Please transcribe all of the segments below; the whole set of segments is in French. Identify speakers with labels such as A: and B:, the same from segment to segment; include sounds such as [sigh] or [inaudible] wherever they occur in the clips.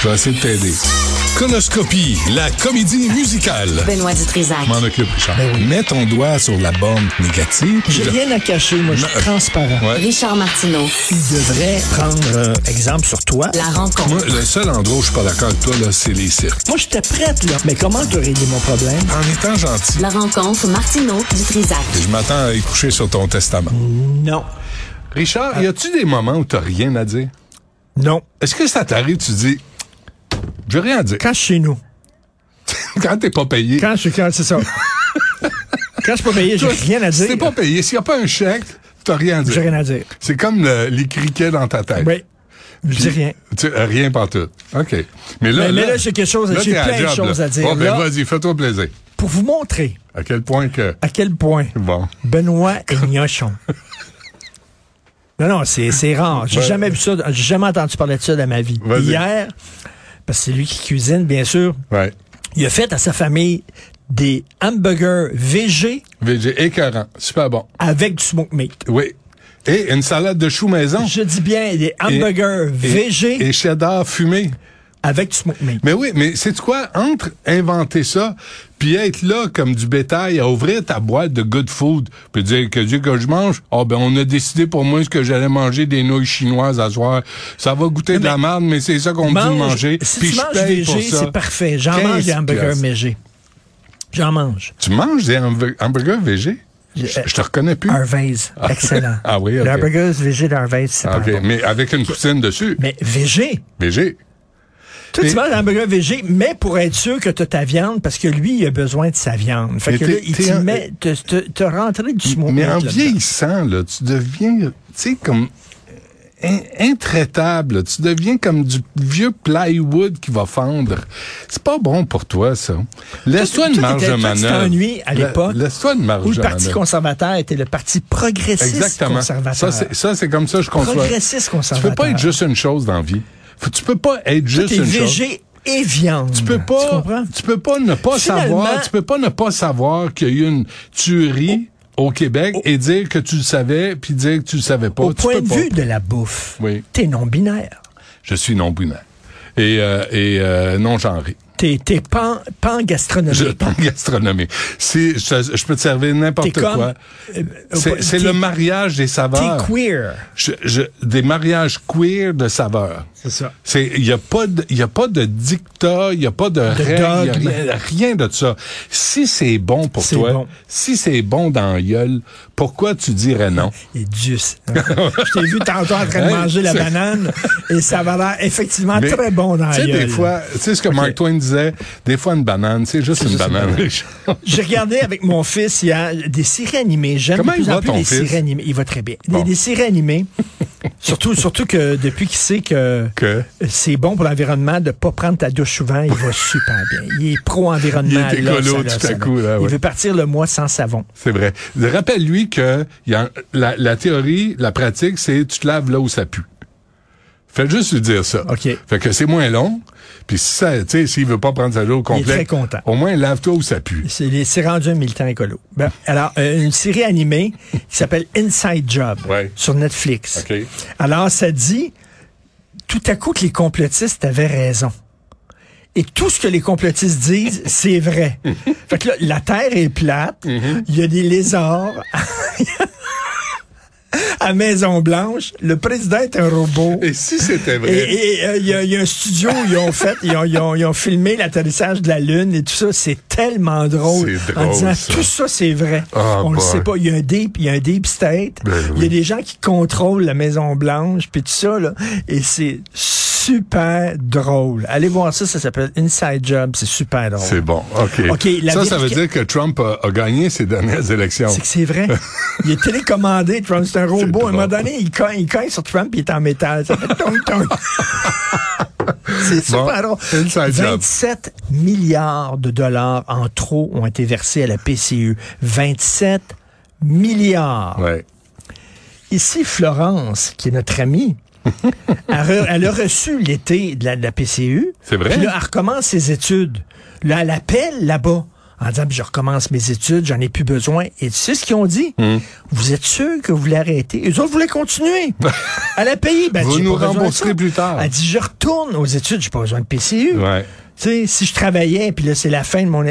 A: Je vais essayer de t'aider. Conoscopie, la comédie musicale.
B: Benoît Dutrisac.
A: M'en occupe, Richard.
C: Ben
A: Mets ton doigt sur la bande négative.
C: J'ai
A: Je-
C: rien à cacher, moi, je
A: Non, euh,
C: suis transparent.
A: Ouais.
B: Richard Martineau.
C: Il devrait prendre euh, exemple sur toi.
B: La rencontre.
A: Moi, le seul endroit où je suis pas d'accord avec toi, là, c'est les cirques.
C: Moi, j'étais prête, là. Mais comment t'as réglé mon problème?
A: En étant gentil,
B: La rencontre Martineau Dutrisac.
A: je m'attends à y coucher sur ton testament.
C: Non. Ah.
A: Richard, y a-tu des moments où t'as rien à dire?
C: Non.
A: Est-ce que ça t'arrive, tu dis, j'ai rien à dire? [laughs]
C: Cache chez nous.
A: Quand t'es pas payé. [laughs]
C: Quand je quand c'est ça. quand je suis pas payé, j'ai
A: Toi,
C: rien à
A: Si
C: dire.
A: t'es pas payé, s'il y a pas un chèque, t'as rien à
C: J'ai
A: dire.
C: rien Ben, à dire.
A: C'est comme le- les criquets dans ta tête.
C: Oui. Je dis rien.
A: Tu, euh, rien partout. OK. Mais là,
C: Mais- mais là, j'ai quelque chose,
A: là,
C: j'ai
A: t'es à
C: plein de
A: job,
C: choses
A: là.
C: à dire.
A: Oh, ben,
C: Là-
A: vas-y, fais-toi plaisir.
C: Pour vous montrer
A: À quel point que...
C: à quel point
A: Bon.
C: Benoît
A: [laughs]
C: est gnochon. Non, non, c'est c'est rare. J'ai
A: Ouais.
C: jamais vu ça. J'ai jamais entendu parler de ça dans ma vie.
A: Vas-y.
C: Hier, parce que c'est lui qui cuisine, bien sûr,
A: Ouais.
C: il a fait à sa famille des hamburgers VG
A: VG écœurant. Super bon.
C: avec du smoked meat.
A: Oui. Et une salade de choux maison.
C: Je dis bien des
A: Et-
C: hamburgers
A: et-
C: VG
A: Et cheddar fumé.
C: avec du smoked meat.
A: Mais oui, mais c'est quoi? Entre inventer ça, puis être là comme du bétail, à ouvrir ta boîte de good food, puis dire que Dieu que je mange, ah ben on a décidé pour moi ce que j'allais manger des nouilles chinoises à soir. Ça va goûter de la merde, mais c'est ça qu'on me dit de
C: Mange-
A: manger.
C: Si
A: puis
C: tu
A: je
C: manges
A: paye
C: VG,
A: pour ça.
C: c'est parfait. J'en
A: 15
C: mange des hamburgers
A: piastres.
C: VG. J'en mange.
A: Tu manges des hamb- hamburgers végé? Je, je te reconnais plus.
C: Harvey's, excellent.
A: Ah oui,
C: Le
A: ok.
C: hamburger VG d'Harvey's, c'est
A: Ah,
C: pas
A: OK,
C: bon.
A: mais avec une poutine dessus.
C: Mais VG,
A: Végé.
C: Toi,
A: Et-
C: tu manges un hamburger végé, mais pour être sûr que tu as ta viande, parce que lui, il a besoin de sa viande. Fait
A: Mais
C: que
A: t'es-
C: là, il
A: t'es
C: t'y
A: un-
C: met, te, te- te rentrer du smoked
A: Mais
C: meat
A: en
C: là-dedans.
A: vieillissant, là, tu deviens, tu sais, comme in- intraitable. Tu deviens comme du vieux plywood qui va fendre. C'est pas bon pour toi, ça. Laisse-toi
C: Toi,
A: une
C: toi,
A: marge de
C: t'étais- toi, tu
A: manœuvre.
C: t'ennuyais à
A: La-
C: l'époque
A: Laisse-toi une marge
C: Où
A: de
C: le Parti
A: manœuvre.
C: conservateur était le parti progressiste
A: Exactement. Ça,
C: conservateur.
A: c'est- ça, c'est comme ça que je conçois.
C: Progressiste
A: Tu
C: conservateur.
A: peux pas être juste une chose dans la vie. Faut- Tu peux pas être
C: Toi,
A: juste
C: t'es
A: une chose.
C: végé et viande.
A: Tu peux
C: Ben, Tu
A: pas,
C: comprends?
A: tu peux pas ne pas
C: Finalement-
A: savoir, tu peux pas ne pas savoir qu'il y a eu une tuerie au Québec et dire que tu le savais puis dire que tu le savais pas.
C: Au
A: Tu
C: point
A: peux
C: de
A: pas.
C: vue de la bouffe,
A: Oui.
C: t'es non-binaire.
A: je suis non binaire et euh, et euh, non genré.
C: T'es t'es pan, pan-gastronomique.
A: [laughs] Je en gastronomie. Si je, je peux te servir n'importe
C: T'es comme-
A: quoi.
C: euh,
A: C'est c'est
C: t'es-
A: le mariage des saveurs.
C: T'es queer.
A: Je- je- des mariages queer de saveurs.
C: C'est ça.
A: C'est il y a pas de il y a pas de dictat, il y a pas de, règles,
C: dogme.
A: y a rien, rien de ça. Si c'est bon pour
C: C'est
A: toi,
C: bon.
A: si c'est bon dans la gueule, pourquoi tu dirais non
C: Et juste. hein.
A: [laughs]
C: Je t'ai vu tantôt en train de
A: Hey,
C: manger la
A: c'est-
C: banane et ça va l'air effectivement
A: Mais,
C: très bon dans
A: Tu sais
C: la
A: des
C: gueule.
A: fois, tu sais ce que Mark Twain disait, des fois une banane, c'est juste une
C: juste une
A: banane.
C: J'ai regardé avec mon fils il y a des séries animées. J'aime
A: Comment
C: de plus
A: il
C: en
A: va,
C: plus
A: ton
C: les
A: fils?
C: séries animées. Il va très bien. Des-
A: Bon.
C: Des, séries animées.
A: [laughs]
C: surtout, surtout que depuis qu'il sait que,
A: Que?
C: c'est bon pour l'environnement de pas prendre ta douche souvent, il va [laughs] super bien. Il est pro-environnement.
A: Il est
C: là,
A: écolo
C: ça, là,
A: tout
C: ça,
A: à
C: là.
A: coup, là, ouais.
C: Il veut partir le mois sans savon.
A: [laughs] c'est vrai. Rappelle-lui que il y a- la, la théorie, la pratique, c'est tu te laves là où ça pue. Fais juste lui dire ça.
C: OK.
A: Fait que c'est moins long. Puis si ça, tu sais, s'il veut pas prendre sa journée au complet,
C: très content.
A: au moins lave-toi où ça pue.
C: C'est les- c'est rendu un militant écolo. Ben, alors, euh, une série animée qui s'appelle Inside Job
A: Ouais.
C: sur Netflix.
A: OK.
C: Alors, ça dit tout à coup que les complotistes avaient raison. Et tout ce que les
A: [laughs]
C: complotistes disent, c'est vrai. fait que là, la Terre est plate, il
A: Mm-hmm.
C: y a des lézards. [laughs] à Maison-Blanche, le président est un robot.
A: Et si c'était
C: Et-
A: vrai?
C: Et euh, il y, a- il y a un studio où ils ont fait, ils ont, ils ont- ils ont filmé l'atterrissage de la Lune et tout ça. C'est tellement drôle.
A: C'est
C: en
A: drôle,
C: disant
A: ça.
C: tout ça, c'est vrai.
A: Ah,
C: On le
A: boy.
C: sait pas. Il y a un deep, il y a un deep state.
A: Ben oui.
C: Il y a des gens qui contrôlent la Maison Blanche puis tout ça là. Et c'est super drôle. Allez voir ça. Ça s'appelle Inside Job. C'est super drôle.
A: C'est bon. OK.
C: OK, la
A: ça, ça veut
C: vérifica-
A: dire que Trump a, a gagné ses dernières élections.
C: C'est que c'est vrai. Il est télécommandé, Trump. C'est un robot. À un
A: drôle.
C: moment donné, il cogne, il cogne sur Trump et il est en métal. Ça fait tong, tong. c'est super
A: Bon,
C: drôle.
A: inside job.
C: 27 milliards de dollars en trop ont été versés à la PCU. 27 milliards.
A: Ouais.
C: Ici, Florence, qui est
A: [laughs]
C: notre amie, elle, re- elle a reçu l'été de la, de la PCU.
A: C'est vrai?
C: Puis là, elle recommence ses études. Là, elle appelle là-bas en disant, je recommence mes études, j'en ai plus besoin. Et tu sais ce qu'ils ont dit?
A: Hmm.
C: Vous êtes sûr que vous voulez arrêter? Eux autres
A: [laughs]
C: voulaient continuer. à la payer. Ben,
A: Vous
C: j'ai
A: nous
C: pas besoin de
A: rembourserez
C: ça.
A: plus tard.
C: Elle dit, je retourne aux études, j'ai pas besoin de PCU.
A: Ouais.
C: Tu sais, si je travaillais, puis là, c'est la fin de mon...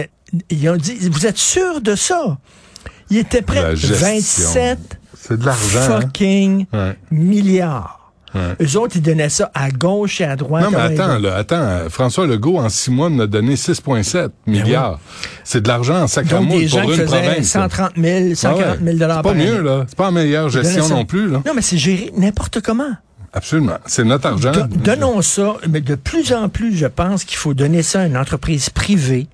C: Ils ont dit, vous êtes sûr de ça? Ils étaient prêts.
A: La gestion.
C: 27
A: C'est de l'argent, hein?
C: fucking
A: Ouais.
C: milliards. Eux autres, ils donnaient ça à gauche et à droite.
A: Non, mais
C: Ah, ouais,
A: attends, là, attends. euh, François Legault, en six mois, nous a donné 6,7 milliards. C'est de l'argent en sac à
C: Ben Donc, des
A: mouille
C: gens
A: pour
C: qui
A: une
C: faisaient
A: province. là.
C: 130 000, 140
A: Ah ouais.
C: 000
A: C'est
C: dollars
A: pas
C: par année.
A: mieux, là. C'est pas la meilleure
C: Donnez
A: gestion
C: ça.
A: non plus, là.
C: Non, mais c'est géré n'importe comment.
A: Absolument. C'est notre argent.
C: Do- donnons ça, mais de plus en plus, je pense qu'il faut donner ça à une entreprise privée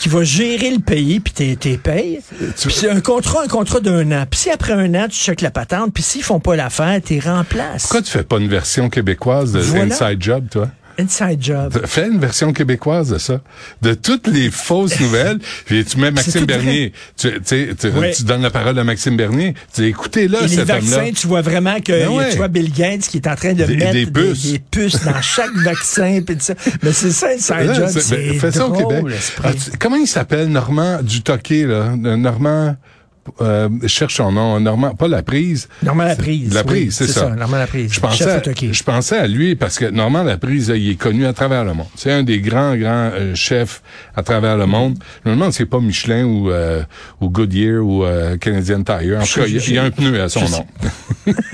C: qui va gérer le pays, puis t'es t'es paye. Puis c'est un contrat, un contrat d'un an. Puis si après un an, tu checkes la patente, puis s'ils font pas l'affaire, t'es remplace.
A: Pourquoi tu fais pas une version québécoise de
C: Voilà.
A: Inside Job, toi?
C: Inside
A: [laughs]
C: job.
A: De- Fais une version québécoise de ça. De toutes les fausses
C: [laughs]
A: nouvelles. Puis tu mets Maxime
C: tout vrai.
A: Bernier. Tu, tu sais, tu-
C: Ouais.
A: tu donnes la parole à Maxime Bernier. Tu dis, écoutez-là,
C: Et les
A: Euh, cet homme-là.
C: vaccins, tu vois vraiment que
A: Ben ouais.
C: tu vois Bill Gates qui est en train de
A: Des-
C: mettre
A: des puces.
C: des puces dans chaque vaccin, puis tout ça. Mais c'est ça, Inside
A: Là,
C: job.
A: c'est- ben,
C: C'est
A: fais ça au
C: drôle,
A: Québec.
C: l'esprit.
A: Ah, tu- comment il s'appelle, Normand Dutoquet, là? Le Normand, euh, je cherche son nom. Normand, pas la prise.
C: Normand Laprise,
A: La prise,
C: oui,
A: c'est
C: c'est
A: ça.
C: ça, Normand Laprise,
A: Je pensais,
C: chef
A: à,
C: Dutoquet.
A: je pensais à lui parce que Normand Laprise, là, il est connu à travers le monde. C'est un des grands, grands euh, chefs à travers le monde. Je me demande si c'est pas Michelin ou, euh, ou Goodyear ou euh, Canadian Tire. En tout cas, il y a- il y a un pneu à son nom. [laughs]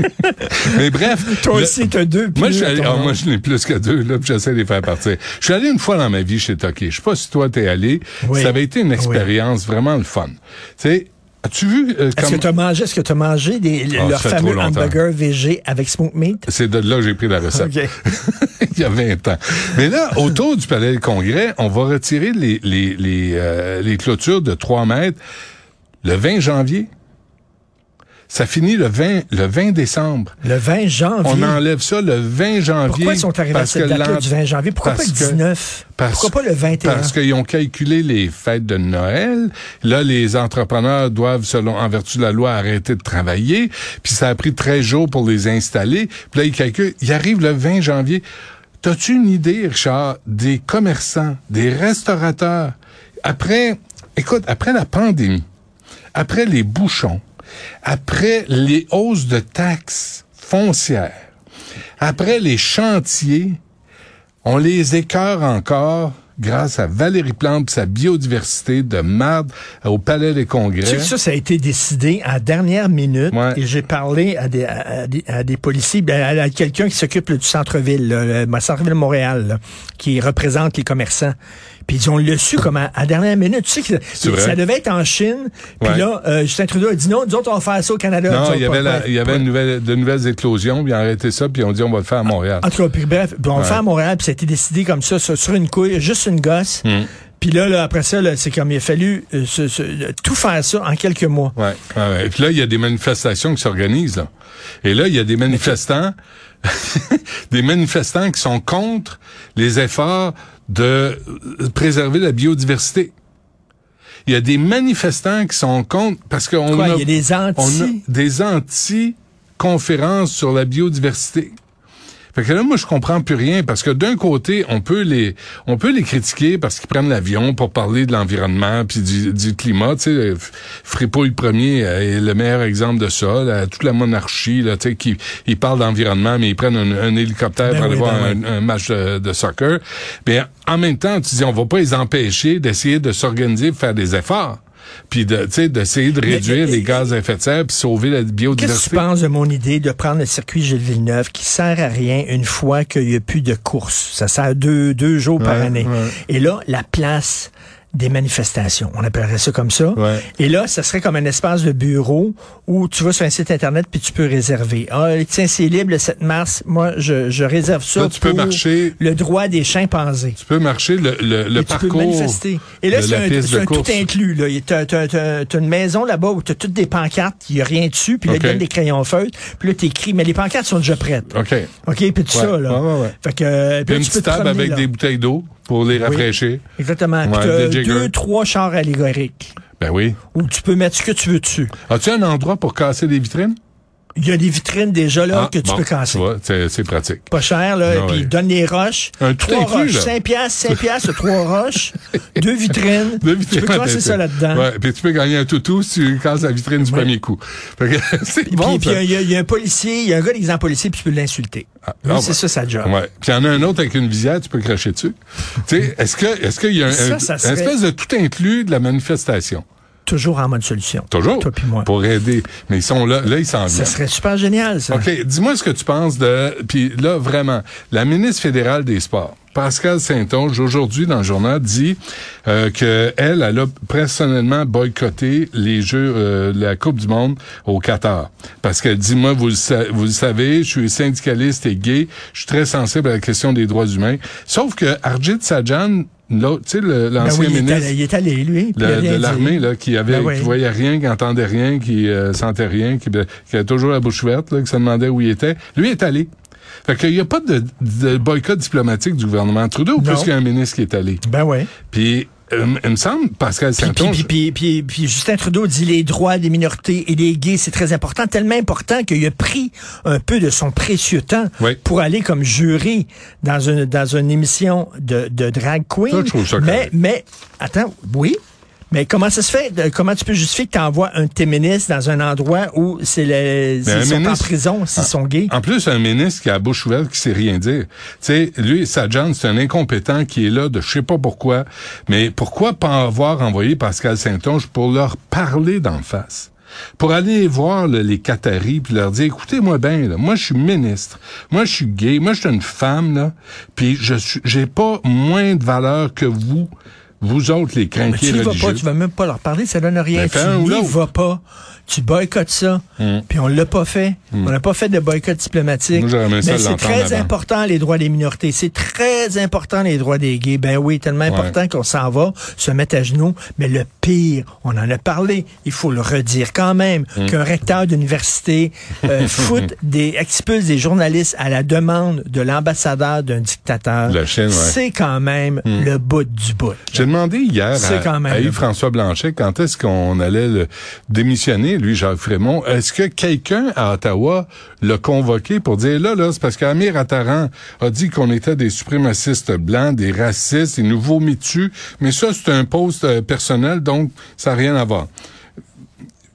A: Mais bref.
C: [laughs] Toi
A: le-
C: aussi, t'as deux
A: moi, je
C: pneus
A: suis
C: à
A: allé-
C: ton
A: ah,
C: nom.
A: moi, je n'ai plus que deux, là, puis j'essaie de les faire partir. Je suis allé une fois dans ma vie chez Toki. Je sais pas si toi, t'es allé.
C: Oui.
A: Ça avait été une
C: Oui.
A: expérience vraiment le fun. Tu sais, as-tu vu euh,
C: Est-ce
A: comme-
C: que tu as mangé, est-ce que tu mangé des, le-
A: Ah, ça
C: leur
A: fait
C: fameux
A: trop longtemps.
C: hamburger VG avec smoked meat?
A: C'est de là que j'ai pris la recette.
C: OK.
A: [laughs] Il y a 20 ans. Mais là, autour du palais du Congrès, on va retirer les, les, les, euh, les clôtures de 3 mètres le 20 janvier. Ça finit le 20, le 20 décembre.
C: Le 20 janvier.
A: On enlève ça le 20 janvier.
C: Pourquoi ils sont arrivés
A: parce
C: à cette
A: que
C: date-là
A: l'an-
C: du 20 janvier? Pourquoi pas
A: parce
C: le
A: que-
C: 19?
A: parce-
C: Pourquoi pas le 21?
A: Parce qu'ils ont calculé les fêtes de Noël. Là, les entrepreneurs doivent, selon, en vertu de la loi, arrêter de travailler. Puis ça a pris 13 jours pour les installer. Puis là, ils calculent. Ils arrivent le 20 janvier. T'as-tu une idée, Richard, des commerçants, des restaurateurs? Après, écoute, après la pandémie, après les bouchons, après les hausses de taxes foncières, après les chantiers, on les écœure encore grâce à Valérie Plante et sa biodiversité de marde au Palais des
C: Tu sais
A: Congrès.
C: que ça, ça a été décidé à dernière minute
A: Hein? Ouais.
C: et j'ai parlé à des, à, à des, à des policiers, ben, à, à quelqu'un qui s'occupe là, du centre-ville, là, le- le centre-ville de Montréal, là, qui représente les commerçants. Puis ils ont le su comme à, à dernière minute. Tu sais que
A: vrai.
C: ça devait être en Chine. Puis
A: Ouais.
C: là, euh, Justin Trudeau a dit non, nous autres, on va faire ça au Canada. Nous
A: Non,
C: autres,
A: il y
C: pas-
A: avait, la-
C: pas-
A: il y avait une nouvelle- de nouvelles éclosions, puis ils ont arrêté ça, puis ils ont dit on va le faire à Montréal.
C: En tout cas, puis bref, puis on le
A: Ouais.
C: fait à Montréal, puis ça a été décidé comme ça, sur, sur une couille, juste une gosse.
A: Mm.
C: Puis là, là, après ça, là, c'est comme il a fallu euh, se- se- euh, tout faire ça en quelques mois.
A: Ouais, ouais, ouais. Et puis là, il y a des manifestations qui s'organisent. là. Et là, il y a des manifestants, [laughs] des manifestants qui sont contre les efforts de euh, préserver la biodiversité. Il y a des manifestants qui sont contre parce qu'on
C: Quoi,
A: a,
C: il y a des anti-
A: on a des anti-conférences sur la biodiversité. Fait que là, moi, je comprends plus rien parce que d'un côté, on peut les, on peut les critiquer parce qu'ils prennent l'avion pour parler de l'environnement puis du, du climat. Tu sais, euh, F- Fripouille premier euh, est le meilleur exemple de ça. là, toute la monarchie, là, tu sais, qui, ils parlent d'environnement mais ils prennent un, un hélicoptère
C: Ben
A: pour aller
C: oui,
A: voir
C: ben
A: un, un match de, de soccer. Mais en même temps, tu dis, on va pas les empêcher d'essayer de s'organiser, de faire des efforts, puis de, tu sais, d'essayer de réduire
C: mais-
A: les gaz à effet de serre puis sauver la
C: Qu'est-ce que tu
A: biodiversité.
C: penses de mon idée de prendre le circuit Gilles Villeneuve qui sert à rien une fois qu'il n'y a plus de course? Ça sert deux, deux jours par
A: Ouais,
C: année.
A: ouais.
C: Et là, la place des manifestations, on appellerait ça comme ça.
A: Ouais.
C: Et là, ça serait comme un espace de bureau où tu vas sur un site Internet puis tu peux réserver. Ah, tiens, c'est libre le 7 mars. Moi, je, je réserve ça
A: Là, tu peux
C: pour
A: marcher.
C: le droit des chimpanzés.
A: Tu peux marcher le, le, le
C: Et
A: parcours.
C: Tu peux manifester. Et là,
A: de
C: c'est
A: la
C: un,
A: piste
C: c'est
A: de
C: un tout
A: course.
C: inclus. là. Il- T'as t'as- t'as- t'as une maison là-bas où t'as toutes des pancartes, il n'y a rien dessus, puis là,
A: OK.
C: ils donnent des crayons feutres, puis là, t'écris. Mais les pancartes sont déjà prêtes.
A: OK.
C: OK, puis tout
A: Ouais,
C: ça, là.
A: ouais, ouais, ouais.
C: Fait que, euh, puis
A: Puis
C: là,
A: une
C: tu
A: petite
C: peux te
A: table
C: promener,
A: avec
C: là.
A: des bouteilles d'eau pour les rafraîchir.
C: Exactement. Puis
A: Ouais,
C: t'as
A: des jiggers.
C: deux, trois chars allégoriques
A: Ben oui.
C: où tu peux mettre ce que tu veux dessus.
A: As-tu un endroit pour casser des vitrines?
C: Il y a des vitrines déjà là
A: Ah,
C: que tu
A: bon,
C: peux casser.
A: tu vois, c'est c'est pratique.
C: Pas cher, là.
A: Ah
C: et puis,
A: oui.
C: ils donnent les roches.
A: Un tout
C: trois
A: inclus,
C: roches.
A: là.
C: 5 piastres, 5 piastres,
A: [laughs]
C: trois roches. Deux vitrines.
A: Deux
C: Tu
A: [laughs]
C: peux
A: vitrines,
C: casser
A: t'as-
C: ça là-dedans.
A: Ouais, puis tu peux gagner un toutou si tu casses la vitrine du premier coup. [laughs] Fait que c'est
C: Puis-
A: bon.
C: puis,
A: ça.
C: il y, a- il y a un policier, il y a un gars d'exemple policier, puis tu peux l'insulter. Lui,
A: ah,
C: c'est
A: ouais.
C: ça, sa job.
A: Ouais. Puis il y en a un autre avec une visière, tu peux cracher dessus. tu sais, est-ce que est-ce qu'il y a un,
C: Ça,
A: un-
C: ça
A: une
C: serait-
A: espèce de tout inclus de la manifestation?
C: Toujours en mode solution.
A: Toujours.
C: Toi puis moi.
A: Pour aider. Mais ils sont là, là, ils s'en
C: Ça
A: viennent.
C: serait super génial, ça.
A: OK, dis-moi ce que tu penses de... Puis là, vraiment, la ministre fédérale des Sports, Pascal Saint-Onge, aujourd'hui dans le journal, dit euh, que elle, elle a personnellement boycotté les Jeux, euh, la Coupe du Monde au Qatar. Parce qu'elle dit, moi, vous le, sa- vous le savez, je suis syndicaliste et gay, je suis très sensible à la question des droits humains. Sauf que Arjit Sajjan, l'autre, tu sais, le-
C: Ben
A: l'ancien
C: oui, il est,
A: ministre...
C: allé, il est allé, lui. puis il a
A: Le-
C: rien
A: de
C: dit.
A: l'armée là qui avait
C: Ben oui.
A: qui voyait rien qui entendait rien qui euh, sentait rien qui, qui avait toujours la bouche ouverte là, qui se demandait où il était lui est allé fait qu'il n'y a pas de, de boycott diplomatique du gouvernement Trudeau
C: Non.
A: plus qu'il y a un ministre qui est allé
C: Ben ouais.
A: puis euh, il me semble Pascal
C: Puis, puis,
A: Saint-Onge
C: puis, puis, puis- puis Justin Trudeau dit les droits des minorités et des gays, c'est très important, tellement important qu'il a pris un peu de son précieux temps
A: Oui.
C: pour aller comme jury dans une, dans une émission de, de drag queen.
A: Ça, je trouve ça
C: mais,
A: correct.
C: mais, attends, oui. Mais comment ça se fait? de- Comment tu peux justifier que tu envoies un de tes ministres dans un endroit où c'est les,
A: Mais un
C: ils sont en
A: ministre-
C: prison s'ils
A: Ah.
C: sont gays?
A: En plus, un ministre qui a la bouche ouverte, qui sait rien dire. Tu sais, lui, Sajjan, c'est un incompétent qui est là de je sais pas pourquoi. Mais pourquoi pas avoir envoyé Pascal Saint-Onge pour leur parler d'en face? Pour aller voir là, les Qataris puis leur dire écoutez-moi bien là, moi je suis ministre, moi je suis gay, moi je suis une femme là, puis je suis- j'ai pas moins de valeur que vous, vous autres les
C: Mais tu
A: crinqués
C: y vas
A: religieux.
C: pas, tu vas même pas leur parler, ça donne rien.
A: Ben,
C: tu
A: fais un ou
C: n'y
A: l'autre. Hmm.
C: vas pas, tu boycottes ça, puis on l'a pas fait. On n'a pas fait de boycott diplomatique.
A: Moi, j'aurais aimé ça
C: Mais c'est
A: l'entendre
C: très
A: avant.
C: important les droits des minorités, c'est très important les droits des gays. Ben oui, tellement important qu'on s'en va, se mettre à genoux. Mais le pire, on en a parlé, il faut le redire quand même,
A: Hmm.
C: qu'un recteur d'université
A: [laughs]
C: euh, foute des expulse des journalistes à la demande de l'ambassadeur d'un dictateur.
A: La Chine, ouais. Hmm.
C: C'est quand même le bout du bout.
A: J'ai demandé hier
C: C'est
A: à,
C: quand même
A: à
C: le-
A: Yves-François Blanchet quand est-ce qu'on allait le démissionner, lui, Jacques Frémont. Est-ce que quelqu'un à Ottawa l'a convoqué pour dire, là, là, c'est parce qu'Amir Attaran a dit qu'on était des suprémacistes blancs, des racistes, des nouveaux mitus, mais ça, c'est un poste euh, personnel, donc ça n'a rien à voir.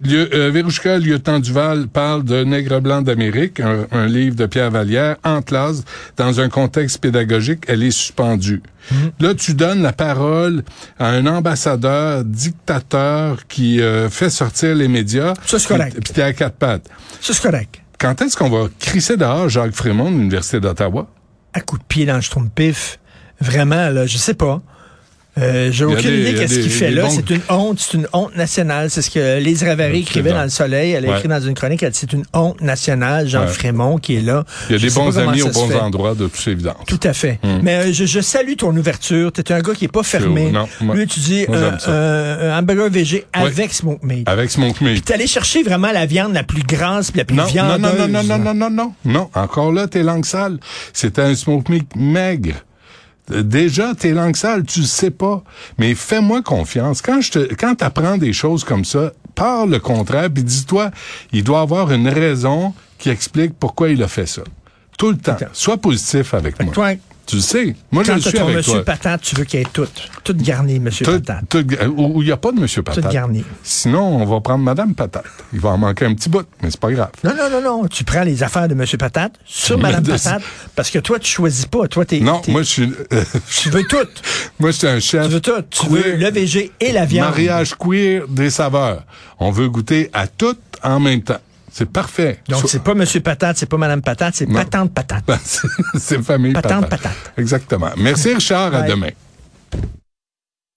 A: Lieu, euh, Verouchka, lieutenant Duval, parle de Nègre blanc d'Amérique, un, un livre de Pierre Vallière, en classe, dans un contexte pédagogique, elle est suspendue.
C: Mhm.
A: Là, tu donnes la parole à un ambassadeur, dictateur, qui euh, fait sortir les médias.
C: Ça, c'est correct.
A: Puis- Puis t'es à quatre pattes.
C: Ça, c'est correct.
A: Quand est-ce qu'on va crisser dehors Jacques Frémont de l'Université d'Ottawa?
C: à coups de pied dans le schtroumpif. Vraiment, là, je sais pas. Euh, J'ai
A: Il y a
C: aucune
A: des- il
C: idée
A: y a
C: qu'est-ce
A: des-
C: qu'il fait
A: des
C: là.
A: bons-
C: C'est une honte, c'est une honte nationale. C'est ce que Lise Ravary écrivait
A: Absolument.
C: dans Le Soleil. Elle a
A: Ouais.
C: écrit dans une chronique, elle dit, c'est une honte nationale. Jean
A: Ouais.
C: Frémont qui est là.
A: Il y a
C: Je
A: des
C: sais pas
A: bons
C: comment
A: amis
C: ça
A: aux
C: se
A: bons
C: fait.
A: endroits, Hmm. de toute évidence.
C: Tout à fait. Mais euh, je, je salue ton ouverture. T'es un gars qui est pas fermé.
A: non, moi-
C: Lui, tu dis
A: moi,
C: euh,
A: j'aime ça. Ah.
C: euh, un hamburger VG avec smoke meat.
A: Avec Smoke Me.
C: T'es allé chercher vraiment la viande la plus grasse, puis la plus
A: Non, non,
C: viandeuse.
A: non, non, non, non, non, non, non, non. Encore là, tes langues sales. C'était un smoke meat maigre. Euh, Déjà, tes langues sales, tu le sais pas. Mais fais-moi confiance. Quand je te, quand t'apprends des choses comme ça, parle le contraire, puis dis-toi, il doit avoir une raison qui explique pourquoi il a fait ça. Tout le temps. Sois positif avec moi.
C: Toi,
A: Tu le sais. Moi, je
C: quand
A: le
C: t'as
A: suis
C: ton
A: avec
C: monsieur
A: toi.
C: patate, tu veux qu'il ait tout. Tout garni, monsieur
A: Tout-
C: patate.
A: tout- euh, où il n'y a pas de monsieur patate.
C: garni.
A: Sinon, on va prendre madame patate. Il va en manquer un petit bout, mais c'est pas grave.
C: Non, non, non, non. Tu prends les affaires de M. Patate
A: [laughs]
C: sur
A: Mais
C: Mme
A: de-
C: Patate parce que toi, tu choisis pas. Toi, t'es.
A: Non,
C: t'es-
A: moi, je suis, euh,
C: Tu veux tout.
A: Moi, j'étais un chef.
C: Tu veux tout. Tu
A: queer.
C: veux le VG et la viande.
A: Mariage queer des saveurs. On veut goûter à toutes en même temps. C'est parfait.
C: Donc,
A: So-
C: c'est pas M. Patate, c'est pas Mme Patate, c'est Patente Patate.
A: [laughs] c'est famille
C: Patente
A: patate.
C: patate.
A: Exactement. Merci Richard, à
C: Bye.
A: demain.